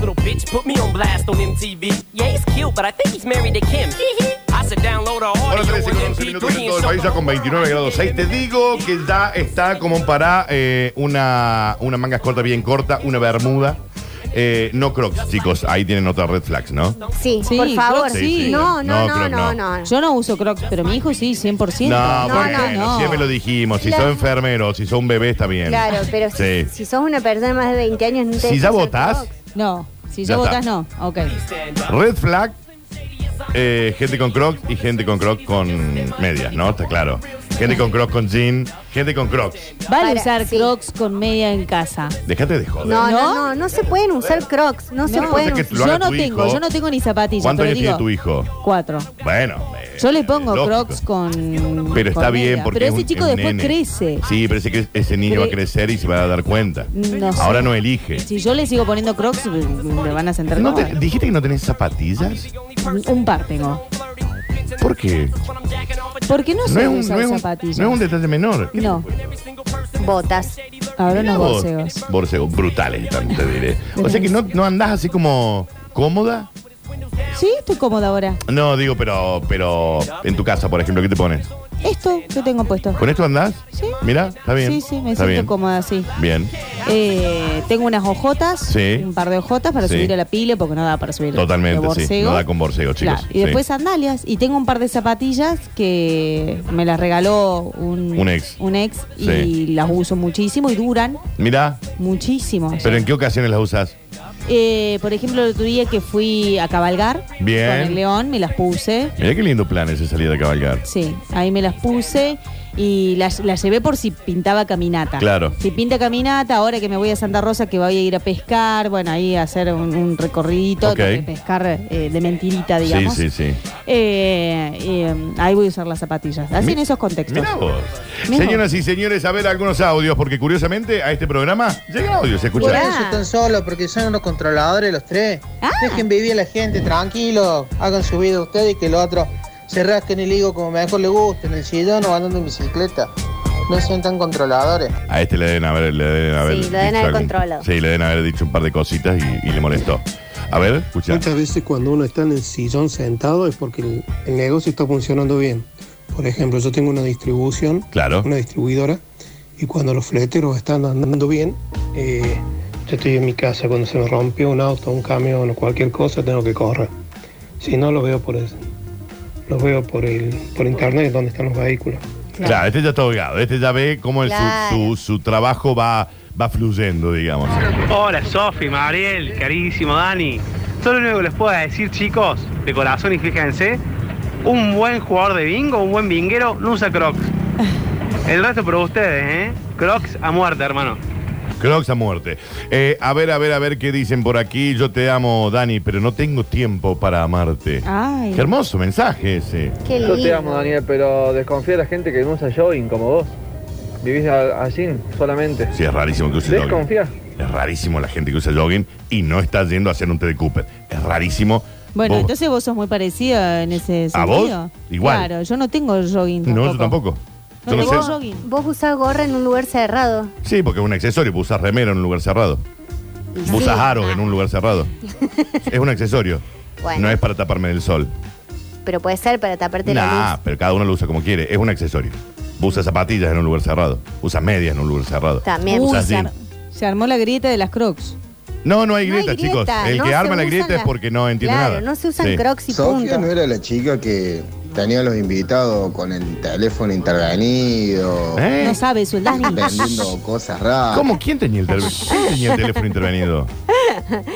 little bitch put me on blast on MTV. Yeah, he's cute, but I think he's married to Kim. I should download her Ahora audio 13 con 11 in minutos en MP3 todo and el país, ya con 29 grados 6. Te digo que ya está como para eh, una, una manga corta bien corta, una bermuda. Eh, no crocs, chicos. Ahí tienen otra red flags, ¿no? Sí, Sí, por favor. creo que sí. No, no, No, no, creo que no, no. no. Yo no uso crocs, pero mi hijo sí, 100%. No, no, bueno, no. siempre lo dijimos. Si Claro. sos enfermero, si sos un bebé, está bien. Claro, pero si, Sí. si sos una persona de más de 20 años, no te Si dejes ya hacer votás, crocs. No, si Ya yo votas está. no. Ok. red flag, eh, gente con crocs y gente con crocs con medias, ¿no? Está claro. Gente con crocs con jean, gente con crocs. Vale Para, usar sí. crocs con media en casa. Déjate de joder. No, no, no, ¿No? no, se pueden usar crocs, no, se No. pueden. Es que usar. lo haga yo no tu tengo, hijo. yo no tengo ni zapatillas. ¿Cuántos pero años tiene digo, tu hijo? Cuatro. Bueno. eh, Yo le pongo lógico. crocs con. Pero con está bien media. porque. Pero es ese un- chico es un después nene. crece. Sí, pero ese, que- ese niño Cre- va a crecer y se va a dar cuenta. No sé. Ahora no elige. Si yo le sigo poniendo crocs, me- me van a sentar ¿No te- cómoda. ¿Dijiste que no tenés zapatillas? Un par tengo. ¿Por qué? Porque no No es sé un, usar no es un- zapatillas. no es un detalle menor. ¿Qué No, Botas. ahora Mirá no vos. bolseos. Borseos, brutales, también te diré. O sea que no, no andás así como cómoda. Sí, estoy cómoda ahora. No, digo, pero pero en tu casa, por ejemplo, ¿qué te pones? Esto que tengo puesto. ¿Con esto andás? Sí. Mira, Pues, está bien. Sí, sí, me está siento bien. cómoda así. Bien, Eh, tengo unas hojotas, Sí. un par de hojotas para Sí. subir a la pile porque no da para subir Totalmente, de sí. borcego. No da con borcego, chicos. Claro, Y Sí. después sandalias. Y tengo un par de zapatillas que me las regaló un, Un ex. un ex y Sí. las uso muchísimo y duran mira. muchísimo. ¿Pero en qué ocasiones las usas? Eh, por ejemplo, el otro día que fui a cabalgar Bien. con el león, me las puse. Mira qué lindo plan ese salir a cabalgar. Sí, ahí me las puse y las, las llevé por si pintaba caminata. Claro. Si pinta caminata, ahora que me voy a Santa Rosa, que voy a ir a pescar, bueno, ahí a hacer un, un recorridito, Ok. porque pescar eh, de mentirita, digamos. Sí, sí, sí. Eh, eh, ahí voy a usar las zapatillas. Así en Mi- esos contextos. Mirá vos. Mirá Señoras y señores, a ver algunos audios, porque curiosamente a este programa llegan audios, ¿se Por escucha? Mirá. eso están solos, porque son unos controladores los tres. Ah. Dejen vivir a la gente, tranquilo. Hagan su vida ustedes y que los otros se rasquen el higo como mejor les guste, en el sillón o andando en bicicleta. No sean tan controladores. A este le deben haber, le deben haber Sí, lo deben dicho haber algún- controlado. Sí, le deben haber dicho un par de cositas y, y le molestó. A ver, escucha. Muchas veces cuando uno está en el sillón sentado es porque el, el negocio está funcionando bien. Por ejemplo, yo tengo una distribución, Claro. una distribuidora, y cuando los fleteros están andando bien, eh, yo estoy en mi casa, cuando se me rompe un auto, un camión o cualquier cosa, tengo que correr. Si no, lo veo por el, lo veo por el, por internet, donde están los vehículos. Claro. este ya está ahogado. Este ya ve cómo el- su- Claro. su, su trabajo va, va fluyendo, digamos. Hola Sofi, Mariel, carísimo Dani. Solo lo único que les puedo decir, chicos, de corazón y fíjense, un buen jugador de bingo, un buen binguero, no usa crocs. El resto por ustedes, ¿eh? Crocs a muerte, hermano. Crocs a muerte. Eh, a ver, a ver, a ver qué dicen por aquí. Yo te amo, Dani, pero no tengo tiempo para amarte. Ay. Qué hermoso mensaje ese. Qué Yo te lindo. amo, Daniel, pero desconfía de la gente que no usa jogging como vos. Vivís a- así solamente. Sí, es rarísimo que use jogging. Desconfía. Es rarísimo la gente que usa jogging y no está yendo a hacer un té de Cooper. Es rarísimo. Bueno, Vos- entonces vos sos muy parecido en ese ¿A sentido. vos? Igual. Claro, yo no tengo jogging. No, yo tampoco. No Yo no tengo sé. jogging. Vos usás gorra en un lugar cerrado. Sí, porque es un accesorio. Vos usas remera en un lugar cerrado. Vos Sí. Ah. usas aros en un lugar cerrado. es un accesorio. Bueno. No es para taparme del sol. Pero puede ser para taparte la Nah, luz. pero cada uno lo usa como quiere. Es un accesorio. Vos usas zapatillas en un lugar cerrado. Usas medias en un lugar cerrado. También. Uy, Usa se, jean. ar- se armó la grieta de las crocs. No, no hay No hay grieta, chicos. grieta, El no que se arma la usan grieta las- es porque no entiende claro, nada. no se usan Sí. crocs y Sofía punto. no era la chica que tenía a los invitados con el teléfono intervenido, ¿Eh? No sabe eso el Dani. vendiendo cosas raras. ¿Cómo? ¿Quién tenía el, tel- ¿Quién tenía el teléfono intervenido?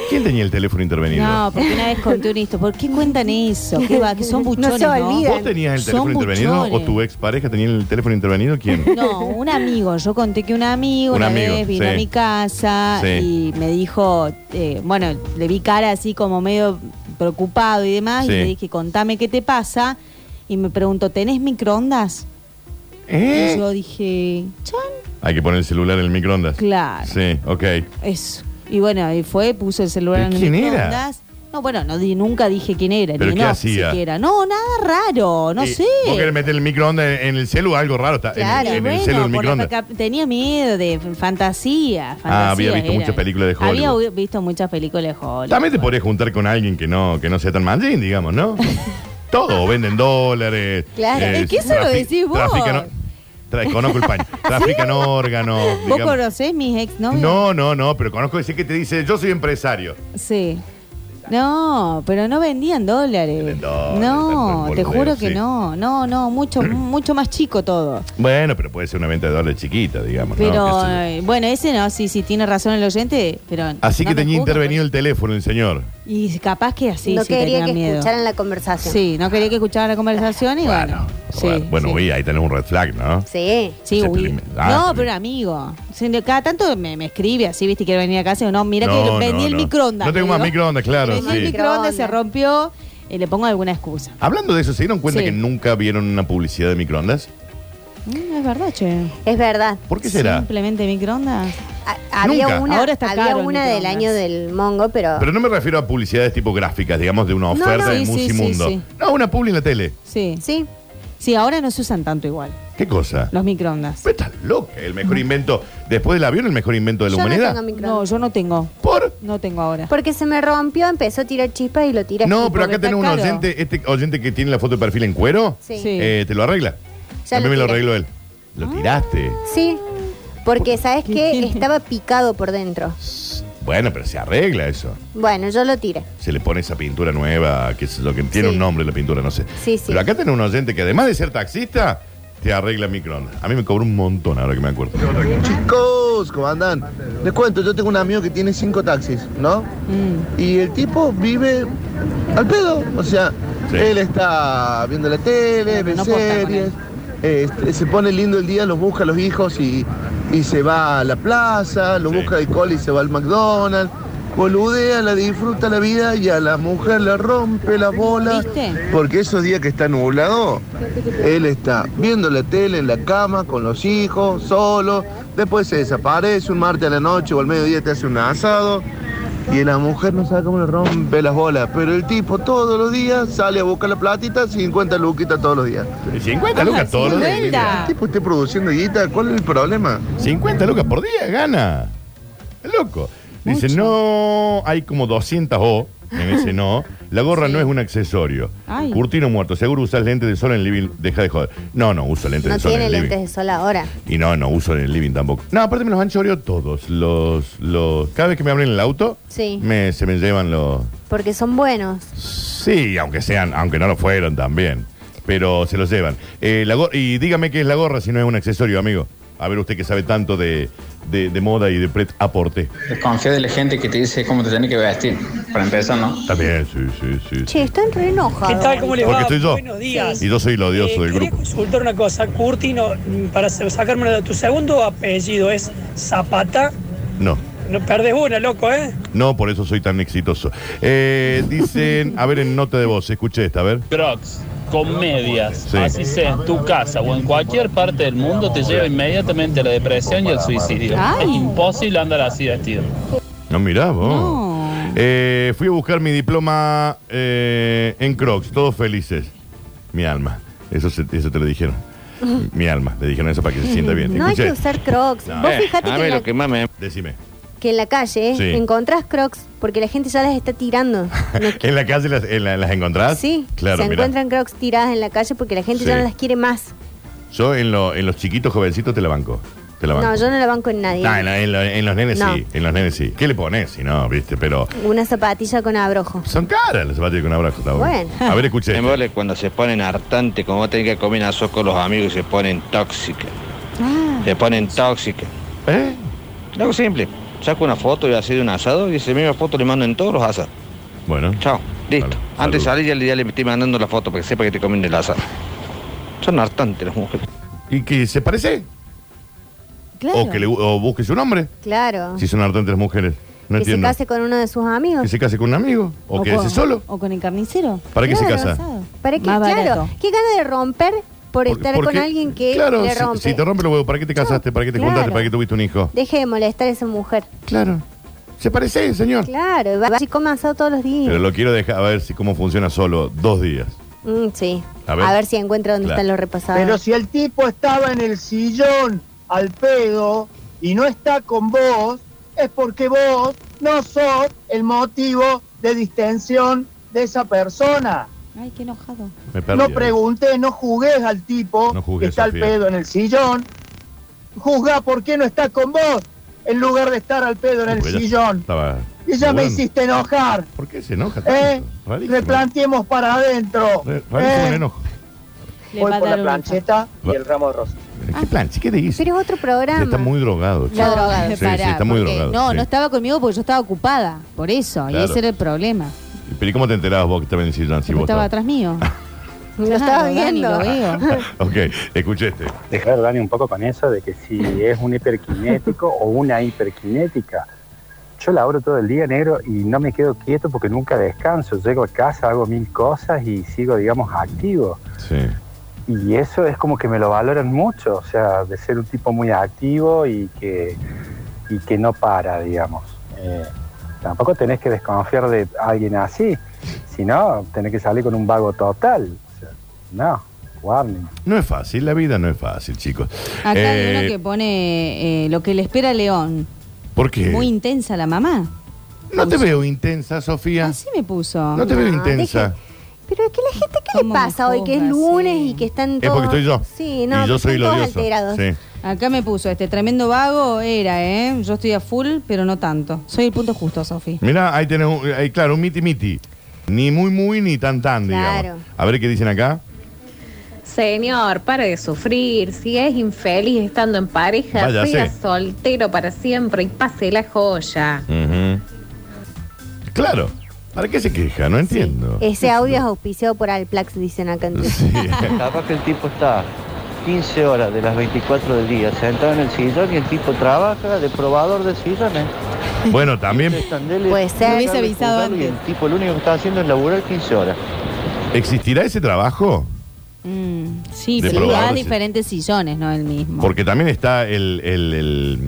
¿Quién tenía el teléfono intervenido? No, porque una vez conté un esto. ¿Por qué cuentan eso? ¿Qué va? Que son buchones, se ¿no? olvida. ¿Vos tenías el Son teléfono intervenido o buchones. tu expareja tenía el teléfono intervenido? ¿Quién? No, un amigo. Yo conté que un amigo Un una amigo, vez vino sí. a mi casa Sí. y me dijo, eh, bueno, le vi cara así como medio preocupado y demás, Sí. y le dije, contame qué te pasa. Y me preguntó, ¿tenés microondas? ¿Eh? Y yo dije, chan, Hay que poner el celular en el microondas. claro, Sí, ok. eso. Y bueno, y fue, puso el celular en ¿Pero el quién era? microondas. No, bueno, no di, nunca dije quién era, ¿Pero ni qué no, hacía? siquiera. No, nada raro, no Y sé. Eh, Vos querés meter el microondas en, en el celu, algo raro está. en el- Claro, en, el bueno, celu, el por la microondas. Ah, faca- tenía miedo de fantasía. fantasía había visto muchas películas de Había Hollywood. u- visto muchas películas de Hollywood. También te podrías juntar con alguien que no, que no sea tan manjín, digamos, ¿no? Todo, venden dólares. eh, Claro. Es que eso lo trafi- decís vos. Trafican, o- tra- conozco el paño. Trafican órganos. ¿Vos digamos. conocés mis ex novios? No, no, no, pero conozco ese que te dice, yo soy empresario. Sí. No, pero no vendían dólares. Venden dólares, no, tanto te boludeo, juro que sí. no. No, no, mucho, mucho más chico todo. Bueno, pero puede ser una venta de dólares chiquita, digamos. ¿no? Pero, Qué sé yo. eh, bueno, ese no, sí, sí, tiene razón el oyente, pero... Así no me que pues. juzguen, tenía intervenido el teléfono el señor. pues. Y capaz que así no sí quería tenía que miedo. escucharan la conversación. Sí, no quería que escuchara la conversación y bueno. sí, bueno, bueno, sí. uy, ahí tenés un red flag, ¿no? Sí. Sí, Se uy. prime- ah, no, se prime- pero un amigo. Se- de- Cada tanto me, me escribe así, viste, quiero venir a casa. y digo, No, mira No, que no, vendí el no. microondas. No tengo le más digo. microondas, claro, Vendí el sí. microondas, se rompió y le pongo alguna excusa. Hablando de eso, ¿se dieron cuenta Sí. que nunca vieron una publicidad de microondas? Mm, es verdad, che. Es verdad. ¿Por qué será? Simplemente microondas. Ha- había Nunca. Ah, una, Ahora está había caro el una del microondas. año del mongo, pero, Pero no me refiero a publicidades tipo gráficas, digamos, de no, una oferta sí, de sí, Musimundo. sí, No, una publi en la tele. Sí. sí. Sí, ahora no se usan tanto igual ¿Qué cosa? los microondas. Pero estás loca. El mejor invento, después del avión, el mejor invento de la Yo no humanidad. tengo microondas. Mm. No, yo no tengo. ¿Por? No tengo ahora. Porque se me rompió, empezó a tirar chispas y lo tiré. No, pero porque acá está tenemos un caro. oyente, este oyente que tiene la foto de perfil en cuero, Sí. Sí. eh, te lo arregla. Ya lo También me lo tiré. arregló él. Ah. Lo tiraste. Sí. Porque, ¿sabes qué? Estaba picado por dentro. Bueno, pero se arregla eso. Bueno, yo lo tiré. Se le pone esa pintura nueva, que es lo que tiene Sí. un nombre la pintura, no sé. Sí, sí. Pero acá tenés un oyente que además de ser taxista, te arregla microondas. A mí me cobró un montón ahora que me acuerdo. Chicos, ¿cómo andan? Les cuento, yo tengo un amigo que tiene cinco taxis, ¿no? Mm. Y el tipo vive al pedo. O sea, Sí. él está viendo la tele, ve No, no puedo estar con series, eh, se pone lindo el día, los busca a los hijos y, y se va a la plaza, los Sí. busca alcohol y se va al McDonald's. Boludea, la disfruta la vida y a la mujer le rompe la bola. ¿Viste? Porque esos días que está nublado, él está viendo la tele en la cama con los hijos, solo. Después se desaparece un martes a la noche o al mediodía te hace un asado. Y la mujer no sabe cómo le rompe las bolas. Pero el tipo todos los días sale a buscar la platita, 50 luquitas todos los días. 50 lucas todos los días. 50. El tipo esté produciendo guita, ¿cuál es el problema? 50 lucas por día, gana. Es Loco. Dice, Mucho. no, hay como 200 O en ese no. La gorra no es un accesorio. Ay. Curtino muerto. Seguro usas lentes de sol en el living. Deja de joder. No, no uso lentes No de sol en tiene el living. lentes de sol ahora. Y no, no uso en el living tampoco. No, aparte me los han choreado todos. Los, los, cada vez que me abren el auto, Sí. me, se me llevan los... Porque son buenos. Sí, aunque sean, aunque no lo fueron también. Pero se los llevan. Eh, la gor- y dígame qué es la gorra si no es un accesorio, amigo. A ver usted que sabe tanto de, de- de moda y de pret aporte. Desconfía de la gente que te dice cómo te tenés que vestir. Para empezar, ¿no? También, sí, sí, sí. Che, están re enojados. ¿Qué tal? ¿Cómo le Porque va? estoy yo. Buenos días. Y yo soy el odioso Eh, del quería grupo. consultar una cosa. Curtino, mm, para sa- sacarme de tu segundo apellido es Zapata. No. No perdés una, loco, ¿eh? No, por eso soy tan exitoso. Eh, dicen, a ver en nota de voz, escuché esta, a ver. Crocs, comedias, Sí. así sea en tu casa o en cualquier parte del mundo, te lleva inmediatamente a la depresión y al suicidio. Ay. Es imposible andar así vestido. No, mirá vos. No. Eh, fui a buscar mi diploma eh, en Crocs, todos felices. Mi alma. Eso, se- eso te lo dijeron. Mi alma, le dijeron eso para que se sienta bien. No hay Escuché. que usar crocs. No. Eh, Vos fijate que en, la, Decime. que en la calle eh, Sí. encontrás crocs porque la gente ya las está tirando. No- ¿En la calle las, en la- las encontrás? sí, Claro, se mirá. encuentran crocs tiradas en la calle porque la gente Sí. ya no las quiere más. Yo en, lo- en los chiquitos jovencitos te la banco. Te la banco. No, yo no la banco en nadie. No, en, la- en lo- en los nenes No. sí. En los nenes sí. ¿Qué le pones si no, viste? Pero Una zapatilla con abrojo. son caras las zapatillas con abrazo. está Bueno. A ver, este. escuché. cuando se ponen hartante, como vos tenés que comer aso con los amigos, se ponen tóxicas. Ah, Se ponen tóxicas. ¿Eh? Algo simple. Saco una foto y así de un asado y esa misma foto le mando en todos los asados. Bueno. Chao, listo. Salud. Antes Salud. salí ya, le- ya le estoy mandando la foto para que sepa que te comen el asado. Son hartantes las mujeres. ¿Y que se parece? Claro. O que le, o busque su nombre. Claro. Si son hartantes las mujeres. No que entiendo. se case con uno de sus amigos. Que se case con un amigo. O, que con- quédese solo. O con el carnicero. ¿Para qué se Claro, casa? Asado. ¿Para qué? Más Claro. barato. ¿Qué gana de romper por Porque- estar con porque- alguien que Claro, le si- rompe? Si, te rompe el huevo, ¿para qué te casaste? ¿Para qué te Claro. juntaste? ¿Para qué tuviste un hijo? Deje de molestar a esa mujer. Claro. Se parece, señor. Claro, va y come asado todos los Pero días. lo quiero dejar a ver si cómo funciona solo dos días. Mm, sí. A A ver. ver. si encuentra dónde Claro. están los repasados. Pero si el tipo estaba en el sillón al pedo y no está con vos, es porque vos no sos el motivo de distensión de esa persona. Ay, qué enojado. Me perdí. no pregunté, no juzgues al tipo No juzgué, que está Sofía. al pedo en el sillón. Juzga por qué no está con vos en lugar de estar al pedo en el Porque ella sillón. Estaba Y ya me jugando. hiciste enojar. ¿Por qué se enoja? ¿eh? tanto? Rarísimo. Replanteemos para adentro. Ra- rarísimo ¿eh? el enojo. Le Voy va a por dar la un plancheta Va- y el ramo de rosas. ¿Qué plan? ¿Sí ¿Qué te dice? Pero es otro programa. Está muy drogado. chico. Está drogado. Sí, sí, Pará, está muy porque- drogado. No, sí. no estaba conmigo porque yo estaba ocupada. Por eso. Claro. Y ese era el problema. Pero ¿y cómo te enterabas vos que estaba en el sillón? Si Porque estaba vos estabas? atrás mío. Lo estaba Claro, Dani, viendo. lo veo. Ok, escuché este. dejar a Dani un poco con eso de que si es un hiperquinético o una hiperquinética. Yo laburo todo el día negro y no me quedo quieto porque nunca descanso. Llego a casa, hago mil cosas y sigo, digamos, activo. Sí. Y eso es como que me lo valoran mucho, o sea, de ser un tipo muy activo y que, y que no para, digamos. Eh, tampoco tenés que desconfiar de alguien así, sino tenés que salir con un vago total. O sea, no, warning. No es fácil, la vida no es fácil, chicos. Acá hay Eh, uno que pone eh, lo que le espera a León. ¿Por qué? Muy intensa la mamá. No te veo intensa, Sofía. Así me puso. Ah, No te veo No, intensa. Pero es que la gente, ¿qué le ¿Cómo me pasa hoy? Que es juzga, lunes sí? y que están Es todos... porque estoy yo. Sí, no, y yo que están soy el todos odioso. alterados. Sí. Acá me puso este tremendo vago era, ¿eh? Yo estoy a full, pero no tanto. Soy el punto justo, Sofi. Mirá, ahí tenés, un- ahí, claro, un miti miti. Ni muy muy ni tan tan, digamos. Claro. A ver qué dicen acá. Señor, para de sufrir. Si es infeliz estando en pareja, Váyase. sea soltero para siempre y pase la joya. Ujú. Claro. ¿Para qué se queja? No entiendo. Ese audio es auspiciado por Alplax, dicen acá. en Twitter. Capaz que el tipo está 15 horas de las 24 del día sentado en el sillón y el tipo trabaja de probador de sillones. Este Bueno, también Puede ser. Me hubiese avisado Y antes. el tipo lo único que está haciendo es laburar 15 horas. existirá ese trabajo Mm, sí, De pero probar, igual sí. diferentes sillones, no el mismo. porque también está el, el, el,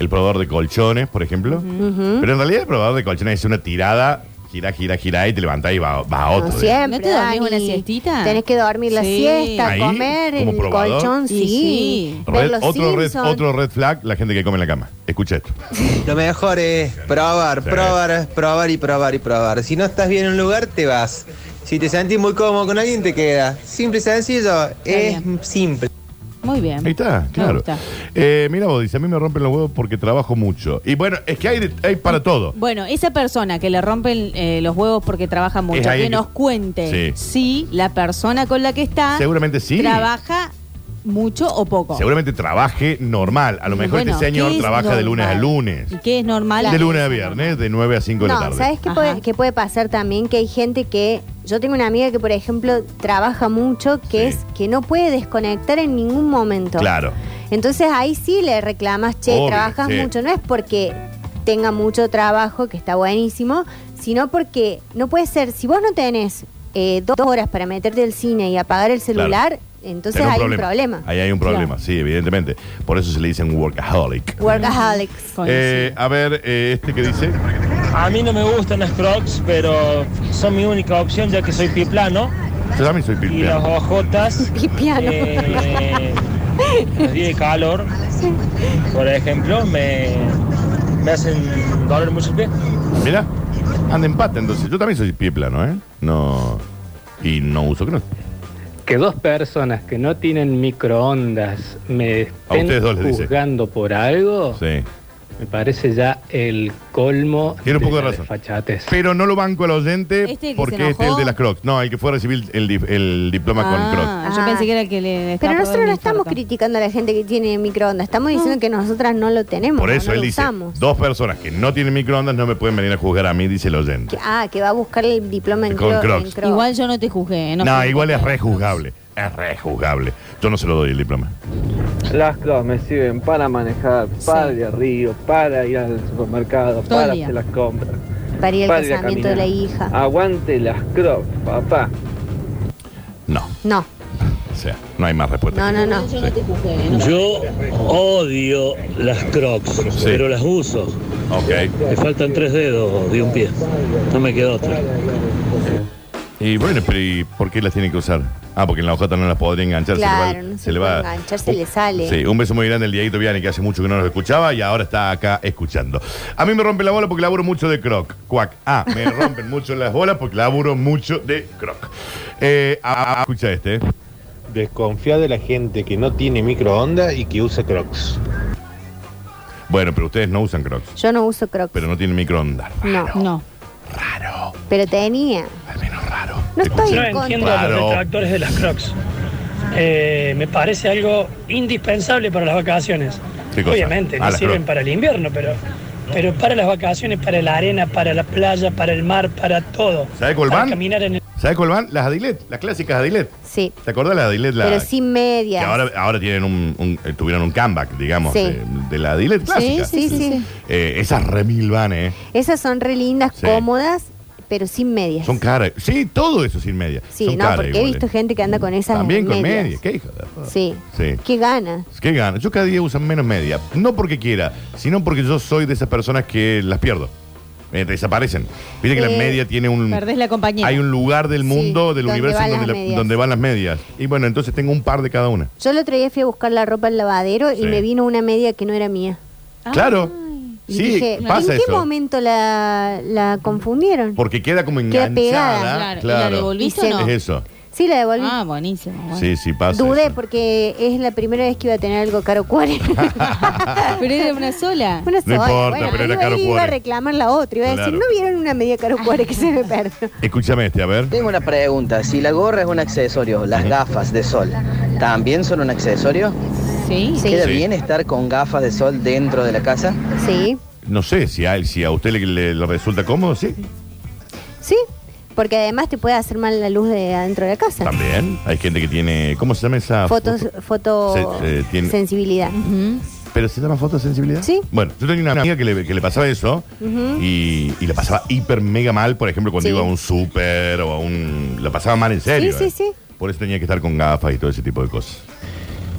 el probador de colchones, por ejemplo. Ujú. Pero en realidad el probador de colchones es una tirada, gira, gira, gira y te levantás y va, va a otro. No, digamos. siempre, ¿No te dormís Dani. una siestita? Tenés que dormir la Sí. siesta, Ahí, comer, como el probador. colchón, Y sí. sí. Red- Ver los otro, red, Simpsons. otro red flag, la gente que come en la cama. Escucha esto. Lo mejor es probar, probar, probar y probar y probar. Si no estás bien en un lugar, te vas. Si te sentís muy cómodo con alguien, te queda. Simple y sencillo, es simple. Muy bien. Ahí está, claro. gusta. Eh, mira vos, dice, a mí me rompen los huevos porque trabajo mucho. Y bueno, es que hay, de- hay para todo. Bueno, esa persona que le rompen eh, los huevos porque trabaja mucho, Es que alguien que- nos cuente si la persona con la que está Seguramente sí. trabaja mucho o poco. Seguramente trabaje normal. A lo mejor Bueno, este señor ¿qué es trabaja de lunes a normal? lunes. ¿Y qué es normal? De lunes a viernes, de 9 a 5 de la No, tarde. ¿sabes qué puede, qué puede pasar también? Que hay gente que. Yo tengo una amiga que, por ejemplo, trabaja mucho, que es que no puede desconectar en ningún momento. Claro. Entonces ahí sí le reclamas, che, Obvio, trabajas sí. mucho. No es porque tenga mucho trabajo, que está buenísimo, sino porque no puede ser. Si vos no tenés eh, dos horas para meterte al cine y apagar el celular, entonces Tenés hay un problema. Ahí hay un problema, sí, evidentemente. Por eso se le dicen workaholic. Workaholics. Eh, a ver, eh, este que dice. A mí no me gustan las crocs, pero son mi única opción ya que soy piplano. Yo también soy Y las pilpiano. ojotas. Pipiano. eh, los días de calor, por ejemplo, me, me hacen doler mucho el pie. Mira, anda en pata, entonces. Yo también soy pie plano, ¿eh? No. Y no uso cruz. que dos personas que no tienen microondas me A ustedes estén dos les dice. juzgando por algo, Sí. me parece ya el colmo Tiene un poco de la razón. desfachatez. Pero no lo banco al oyente ¿Este el que se porque enojó? este es el de las Crocs. No, el que fue a recibir el, di- el diploma Ah, con Crocs. Yo Ah. pensé que era el que le. Pero estaba nosotros dando no un estamos infarto. criticando a la gente que tiene microondas, estamos diciendo que nosotras no lo tenemos. Por o eso no él lo dice, usamos. dos personas que no tienen microondas no me pueden venir a juzgar a mí, dice el oyente. Ah, que va a buscar el diploma en, Con cro- Crocs. en Crocs. Igual yo no te juzgué. ¿eh? No, No, fui- igual es rejuzgable. Es rejuzgable. Yo no se lo doy el diploma. Las cosas me sirven para manejar, para ir al río, para ir al supermercado, Todo el para día. hacer las compras. Para ir al Para ir a casamiento de la caminar. hija. Aguante las crocs, papá. No, No, o sea, no hay más respuesta. no, no, no. Sí. Yo odio las crocs, pero las uso. Me faltan tres dedos de un pie. No me queda otra. Y bueno, pero ¿y por qué las tienen que usar? Ah, porque en la hojata no las podría enganchar. Claro, se le va, no se, se le puede va- Uh, enganchar, se le sale. Sí, un beso muy grande al Dieguito Viani que hace mucho que no nos escuchaba y ahora está acá escuchando. A mí me rompe la bola porque laburo mucho de croc. Cuac. Ah, me rompen mucho las bolas porque laburo mucho de croc. Eh, a- a- escucha este. Desconfía de la gente que no tiene microondas y que usa crocs. Bueno, pero ustedes no usan crocs, Yo no uso crocs. pero no tienen microondas. No. No. Raro. Pero tenía. Al menos raro. No estoy Yo en entiendo contra. a los Claro. detractores de las Crocs. Eh, me parece algo indispensable para las vacaciones. ¿Qué cosa? Obviamente, Ah, no las sirven Crocs. para el invierno, pero, pero para las vacaciones, para la arena, para la playa, para el mar, para todo. ¿Sabes cuál Para van? caminar en el... ¿Sabes cuál van? Las Adilet, las clásicas Adilet. Sí. ¿Te acordás las Adilet? La, Pero sin que medias. ahora, ahora tienen un, un- eh, tuvieron un comeback, digamos, Sí. de, de la Adilet sí, clásica. sí, sí, sí. Eh, esas remil van, ¿eh? Esas son re lindas, Sí. cómodas, pero sin medias. Son caras. Sí, todo eso sin media. Sí, Son no, caras porque he igual, visto eh. gente que anda con esas También con medias. media. ¿Qué hija de puta? Sí. Sí. Qué gana. ¿Qué gana? Yo cada día uso menos media. No porque quiera, sino porque yo soy de esas personas que las pierdo. Eh, desaparecen. Viste que Eh, la media tiene un... Perdés la compañía. Mm. Hay un lugar del mundo, del donde universo, van en las donde, la- medias. donde van las medias. Y bueno, entonces tengo un par de cada una. Yo el otro día fui a buscar la ropa al lavadero Sí. y me vino una media que no era mía. Ah. Claro. Ah, Y sí, dije, ¿en pasa qué eso. momento la, la confundieron? Porque queda como Queda enganchada. pegada. Claro, ¿y la devolviste o no? Es eso. Sí, la devolví. Ah, buenísimo. bueno. Sí, sí, pasa. Dudé porque es la primera vez que iba a tener algo caro cuore. Pero era una sola. Una No sola. importa, bueno, pero era iba, caro iba a cuore. reclamar la otra. Iba a decir, Claro. ¿no vieron una media caro cuore que se me perdió? Escúchame este, a ver. Tengo una pregunta. Si la gorra es un accesorio, las gafas de sol, ¿también son un accesorio? Sí. ¿Queda Sí. bien estar con gafas de sol dentro de la casa? Sí. No sé si a, él- si a usted le, le- le resulta cómodo, sí. Sí, porque además te puede hacer mal la luz de adentro de la casa. También. Hay gente que tiene. ¿Cómo se llama esa? Fotos, foto Se- se tiene- sensibilidad. foto? ¿Pero se llama fotosensibilidad? Sí. Bueno, yo tenía una amiga que le, que le pasaba eso Ujú. y, y la pasaba hiper mega mal, por ejemplo, cuando Sí. iba a un súper o a un. La pasaba mal en serio. Sí, sí, eh. sí. Por eso tenía que estar con gafas y todo ese tipo de cosas.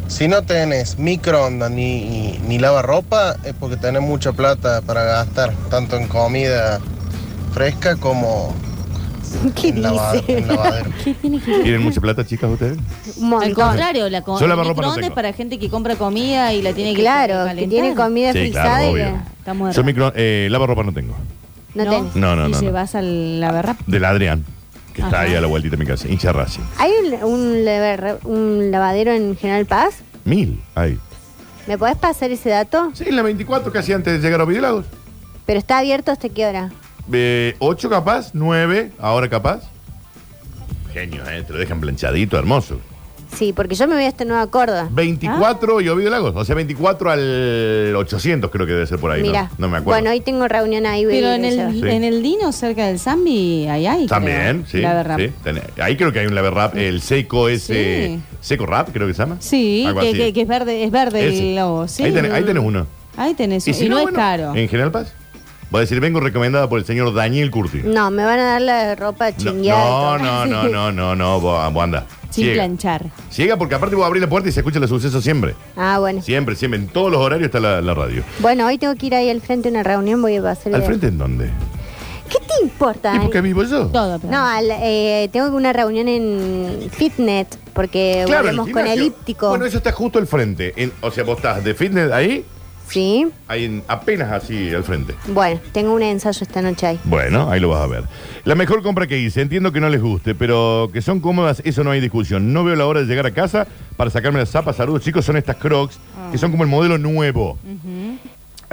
Si no tenés microondas ni, ni lavarropa, es porque tenés mucha plata para gastar, tanto en comida fresca como ¿Qué en, lava- dice? en lavadero. ¿Tienen mucha plata, chicas, ustedes? Al contrario, la co- Yo el lavarropa no microondas tengo. es para gente que compra comida y la tiene que Claro, que calentar. tiene comida Sí, frisada claro, y obvio. la- está muerta. Yo micro. Eh, lavarropa no tengo. No, tenés. No, no, no, Y no. llevas al lavarrap. Del Adrián, que está Ajá. ahí a la vueltita de mi casa. Hincha Racing. ¿Hay un, un lavar- un lavadero en General Paz? Mil. Ahí. ¿Me podés pasar ese dato? Sí, en la 24 casi antes de llegar a Videolagos. ¿Pero está abierto hasta qué hora? Eh, ¿Ocho capaz? ¿Nueve? ¿Ahora capaz? Genio, ¿eh? Te lo dejan planchadito, hermoso. Sí, porque yo me voy a esta nueva Córdoba. Ah. 24 y Ovidio Lagos. O sea, 24 al 800 creo que debe ser por ahí. ¿no? Mira, No, me acuerdo. Bueno, hoy tengo reunión ahí. voy Pero a ir en a el, llevar. Sí. en el Dino, cerca del Zambi, ahí hay. creo, También, sí. Lavarrap. sí. Ten- Ahí creo que hay un laver rap. El Seco ese... Sí. Seco Rap, creo que se llama. Sí, Algo que, así. que- que es verde, es verde Ese. el logo. Sí. Ahí, tenés, ahí tenés uno. Ahí tenés Y uno. si Y no, no, es bueno, caro. En General Paz. Va a decir, vengo recomendada por el señor Daniel Curti. No, me van a dar la ropa No, chingueada. no, no, no, no, no, no, vos, vos anda. Sin Ciega. planchar. Ciega porque aparte vos abrís la puerta y se escucha los sucesos siempre. Ah, bueno. Siempre, siempre. En todos los horarios está la, la radio. Bueno, hoy tengo que ir ahí al frente a una reunión, voy a pasar. ¿Al frente en dónde? ¿Qué te importa? Eh? ¿Y por qué vivo yo? Todo, No, al, eh, tengo una reunión en Fitnet porque Claro, en volvemos con gimnasio. elíptico. Bueno, eso está justo al frente. En- o sea, vos estás de fitness ahí, Sí. ahí en- apenas así al frente. Bueno, tengo un ensayo esta noche ahí. Bueno, ahí lo vas a ver. La mejor compra que hice, entiendo que no les guste, pero que son cómodas, eso no hay discusión. No veo la hora de llegar a casa para sacarme las zapas. Saludos, chicos, son estas crocs, que son como el modelo nuevo. Hay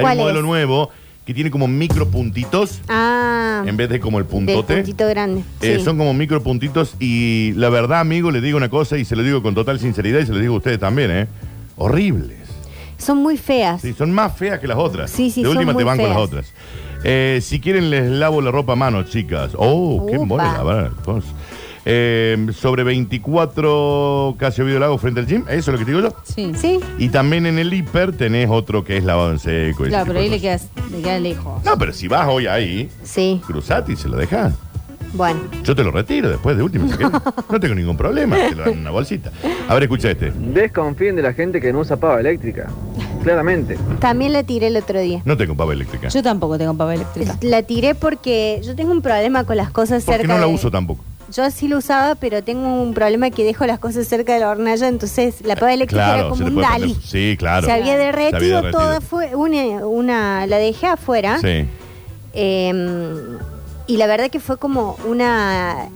¿Cuál un modelo es? nuevo que tiene como micro puntitos Ah, en vez de como el del puntote. puntito grande. Eh, sí. Son como micro puntitos y la verdad, amigo, les digo una cosa y se lo digo con total sinceridad y se lo digo a ustedes también, ¿eh? Horribles. Son muy feas. Sí, son más feas que las otras. Sí, sí, De son última muy te van con feas. las otras. Eh, si quieren, les lavo la ropa a mano, chicas. Oh, qué Upa. mole lavar. pues. Eh, sobre 24 casi Oviedo Lago frente al gym, eso es lo que te digo yo. Sí. Sí. Y también en el hiper tenés otro que es lavado en seco. y ese Claro, tipo pero ahí de le quedas, le queda lejos. cosas. No, pero si vas hoy ahí, Sí. cruzate y se lo dejás. Bueno, Yo te lo retiro después de último. si querés. No tengo ningún problema. Te lo dan en una bolsita. A ver, escucha este. Desconfíen de la gente que no usa pava eléctrica. claramente. También la tiré el otro día. No tengo pava eléctrica. Yo tampoco tengo pava eléctrica. La tiré porque yo tengo un problema con las cosas Porque cerca no la de- uso tampoco. Yo sí lo usaba, pero tengo un problema que dejo las cosas cerca de la hornalla, entonces la pava eléctrica era Claro, se como le un puede prender- dalí. Sí, claro. Se había derretido, Ah, derretido. toda, fue una, una- la dejé afuera. Sí. Eh, y la verdad que fue como una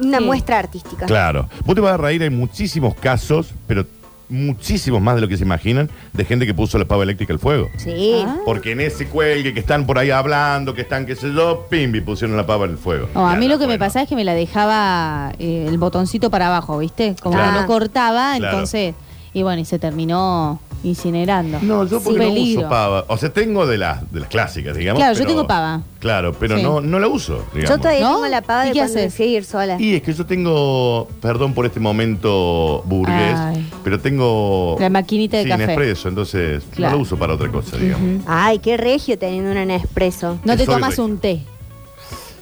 una muestra artística. Claro. Vos te vas a reír, hay muchísimos casos, pero muchísimos más de lo que se imaginan, de gente que puso la pava eléctrica al fuego. Sí. Porque en ese cuelgue que están por ahí hablando, que están, qué sé yo, pimbi, pusieron la pava al fuego. No, a mí lo que me pasaba es que me la dejaba eh, el botoncito para abajo, ¿viste? Como que Claro. no cortaba, Claro. entonces. Y bueno, y se terminó incinerando. No, yo porque no peligro. uso pava. O sea, tengo de las, de las clásicas, digamos. Claro, yo pero- tengo pava. Claro, pero Sí. no, no la uso, digamos. Yo todavía ¿No? tengo la pava ¿Y de qué cuando haces? me fui a ir sola. Y es que yo tengo, perdón por este momento burgués, Ay. pero tengo... La maquinita de sí, café. Nespresso, entonces Claro. no lo uso para otra cosa, digamos. Ay, qué regio teniendo una Nespresso. No te Soy tomas regio. un té.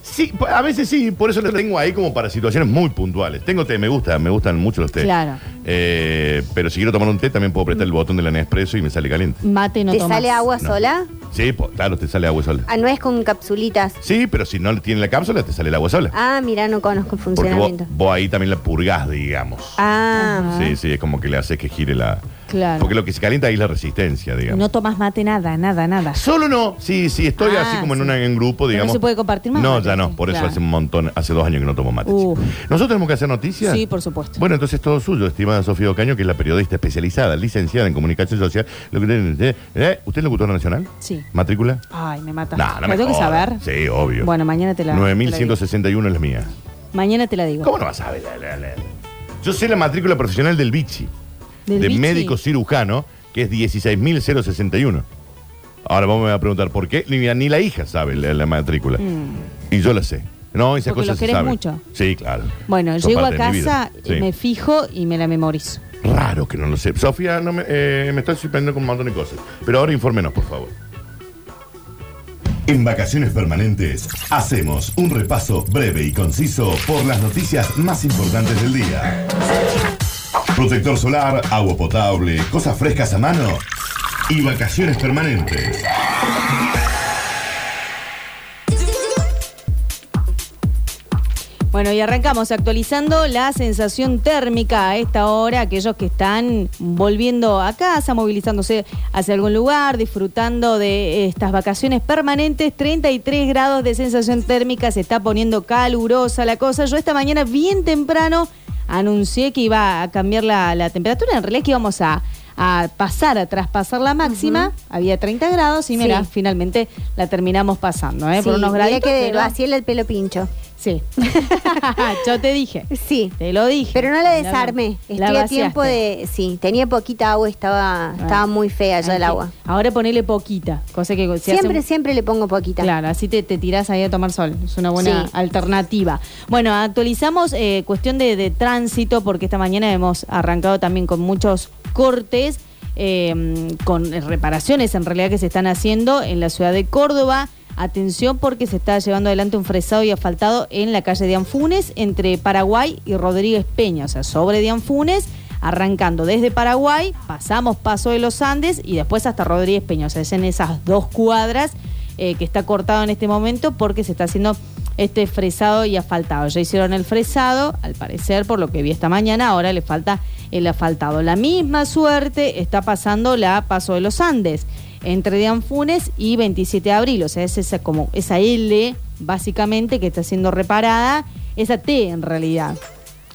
Sí, po- a veces sí, por eso lo tengo ahí como para situaciones muy puntuales. Tengo té, me gusta, me gustan mucho los té. Claro. Eh, pero si quiero tomar un té, también puedo apretar el botón de la Nespresso y me sale caliente. Mate no ¿Te tomas. sale agua No. sola? Sí, po- claro, te sale agua sola. Ah, no es con capsulitas. Sí, pero si no tiene la cápsula, te sale el agua sola. Ah, mira, no conozco el Porque vos, funcionamiento. vos ahí también la purgás, digamos. Ah, Sí, sí, es como que le haces que gire la... Claro. Porque lo que se calienta ahí es la resistencia, digamos. No tomas mate nada, nada, nada. Solo no. Sí, sí, estoy Ah, así como en, sí. una, en grupo, Pero no digamos. se puede compartir más No, mate, ya sí, no, por eso claro. Uh. hace un montón, hace dos años que no tomo mate. chicos. ¿Nosotros tenemos que hacer noticias? Sí, por supuesto. Bueno, entonces todo suyo, estimada Sofía Ocaño, que es la periodista especializada, licenciada en comunicación social. Lo que tiene- eh, eh, ¿Usted es locutora nacional? Sí. ¿Matrícula? Ay, Ah, me mata. No, no ¿La me tengo que jodas. saber? Sí, obvio. Bueno, mañana te la. te la digo. 9161 es la mía. Mañana te la digo. ¿Cómo no vas a ver? Yo sé la matrícula profesional del Bichi, ¿Del de Vichy? médico cirujano, que es 16.061. Ahora vos me vas a preguntar por qué. Ni, ni la hija sabe la, la matrícula. Mm. Y yo la sé. No, esas Porque cosas lo se querés saben. mucho. Sí, claro. Bueno, Son llego a parte de mi casa, vida. Sí. me fijo y me la memorizo. Raro que no lo sé. Sofía, no me, eh, me estoy sorprendiendo con un montón de cosas. Pero ahora infórmenos, por favor. En Vacaciones Permanentes hacemos un repaso breve y conciso por las noticias más importantes del día. Protector solar, agua potable, cosas frescas a mano y vacaciones permanentes. Bueno, y arrancamos actualizando la sensación térmica a esta hora. Aquellos que están volviendo a casa, movilizándose hacia algún lugar, disfrutando de estas vacaciones permanentes, 33 grados de sensación térmica, se está poniendo calurosa la cosa. Yo esta mañana, bien temprano, anuncié que iba a cambiar la, la temperatura, en realidad que íbamos a, a pasar, a traspasar la máxima. Había 30 grados y mira, Sí. finalmente la terminamos pasando, ¿eh? Sí, Por unos mira graditos. que pero- vacié el pelo pincho. Sí. Ah, Yo te dije. Sí. Te lo dije. Pero no la La- desarmé. la Estoy a vaciaste. tiempo de. Sí, tenía poquita agua y estaba, estaba muy fea ya el agua. Ahora ponele poquita, cosa que si hace siempre, un- siempre le pongo poquita. Claro, así te, te tirás ahí a tomar sol. Es una buena Sí. alternativa. Bueno, actualizamos eh, cuestión de, de tránsito, porque esta mañana hemos arrancado también con muchos cortes, eh, con reparaciones en realidad que se están haciendo en la ciudad de Córdoba. Atención porque se está llevando adelante un fresado y asfaltado en la calle de Anfunes entre Paraguay y Rodríguez Peña, o sea, sobre de Anfunes, arrancando desde Paraguay, pasamos Paso de los Andes y después hasta Rodríguez Peña, o sea, es en esas dos cuadras eh, que está cortado en este momento porque se está haciendo este fresado y asfaltado. Ya hicieron el fresado, al parecer, por lo que vi esta mañana, ahora le falta el asfaltado. La misma suerte está pasando la Paso de los Andes, entre de Anfunes y 27 de abril. O sea, es esa, como, esa L, básicamente, que está siendo reparada, esa T en realidad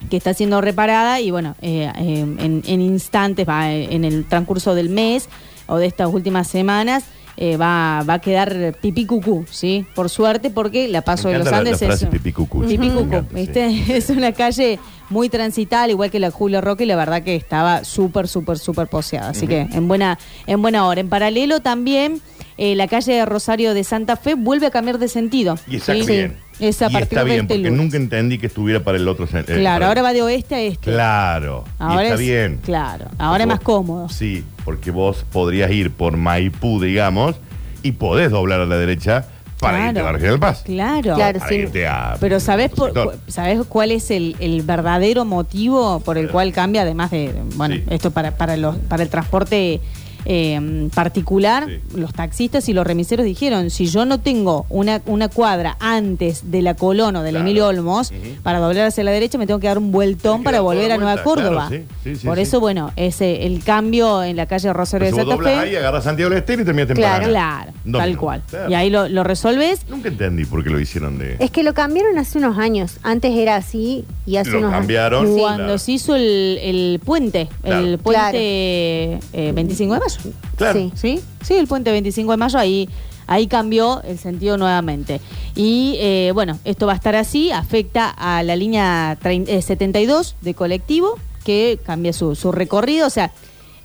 que está siendo reparada y bueno, eh, eh, en, en instantes, va, eh, en el transcurso del mes o de estas últimas semanas, eh, va, va a quedar pipicucú, ¿sí? Por suerte, porque la paso Me de los encanta la- Andes la frase es... pipicucú, sí, me Pipicucú, encanta, ¿viste? Es una calle muy transitada, al igual que la Julio Roque, y la verdad que estaba súper, súper, súper poseada. Así Ujú. que en buena, en buena hora. En paralelo también, eh, la calle de Rosario de Santa Fe vuelve a cambiar de sentido. Y está ¿sí? bien. Es a y partir está de bien, este porque lunes. nunca entendí que estuviera para el otro. sen- eh, Claro, para- ahora va de oeste a este. Claro. y está es- bien. Claro, ahora es más cómodo. Sí, porque vos podrías ir por Maipú, digamos, y podés doblar a la derecha para Claro. irte a Barrio del Paz. Claro. Para irte a- Pero ¿sabés, por- sector. cu- ¿sabés cuál es el, el verdadero motivo por el cual cambia? Además de, bueno, esto para, para, los, para el transporte eh, particular, los taxistas y los remiseros dijeron, si yo no tengo una, una cuadra antes de la Colón o del Emilio Olmos, para doblar hacia la derecha me tengo que dar un vueltón para dar toda volver la a Nueva vuelta, Córdoba. claro, sí, sí, sí, Por sí. eso, bueno, ese el cambio en la calle Rosario Pero si de vos Santa doblas Fe. ahí, agarras Santiago del Estero y terminas en Claro, Paraná. claro, Dos tal minutos. cual. Claro. Y ahí lo, lo resolves. Nunca entendí por qué lo hicieron de... Es que lo cambiaron hace unos años. Antes era así y hace Lo unos cambiaron, años. Sí. Cuando se hizo el, el puente, el Claro. puente eh, 25 de mayo. Claro. Sí. sí, sí, el puente 25 de mayo, ahí, ahí cambió el sentido nuevamente. Y eh, bueno, esto va a estar así, afecta a la línea trein- eh, 72 de colectivo, que cambia su, su recorrido, o sea...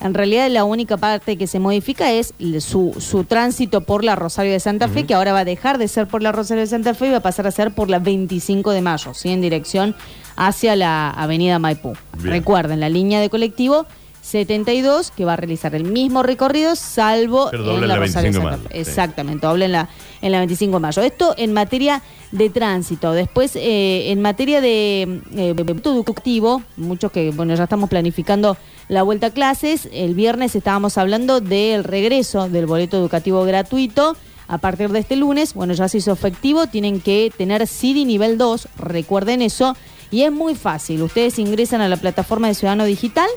En realidad la única parte que se modifica es l- su, su tránsito por la Rosario de Santa Fe, que ahora va a dejar de ser por la Rosario de Santa Fe y va a pasar a ser por la 25 de mayo, ¿sí? en dirección hacia la avenida Maipú. Bien. Recuerden, la línea de colectivo 72, que va a realizar el mismo recorrido, salvo Pero dobla en la, en la Rosario 25 de Santa de Fe. mayo, sí. Exactamente, doble en la, en la 25 de mayo. Esto en materia de tránsito. Después, eh, en materia de eh, educativo, muchos que, bueno, ya estamos planificando la vuelta a clases. El viernes estábamos hablando del regreso del boleto educativo gratuito. A partir de este lunes, bueno, ya se hizo efectivo, tienen que tener CIDI nivel 2, recuerden eso. Y es muy fácil, ustedes ingresan a la plataforma de Ciudadano Digital,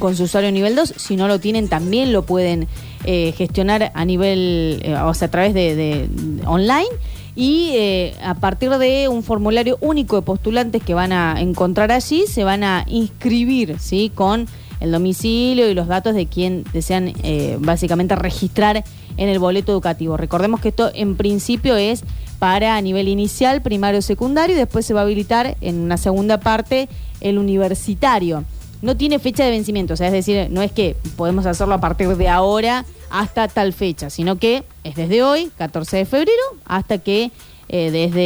con su usuario nivel 2. Si no lo tienen, también lo pueden eh, gestionar a nivel, eh, o sea, a través de, de- de online. Y eh, a partir de un formulario único de postulantes que van a encontrar allí, se van a inscribir, ¿sí? Con el domicilio y los datos de quien desean eh, básicamente registrar en el boleto educativo. Recordemos que esto en principio es para a nivel inicial, primario, secundario y después se va a habilitar en una segunda parte el universitario no tiene fecha de vencimiento. O sea, es decir, no es que podemos hacerlo a partir de ahora hasta tal fecha, sino que es desde hoy, 14 de febrero, hasta que eh, desde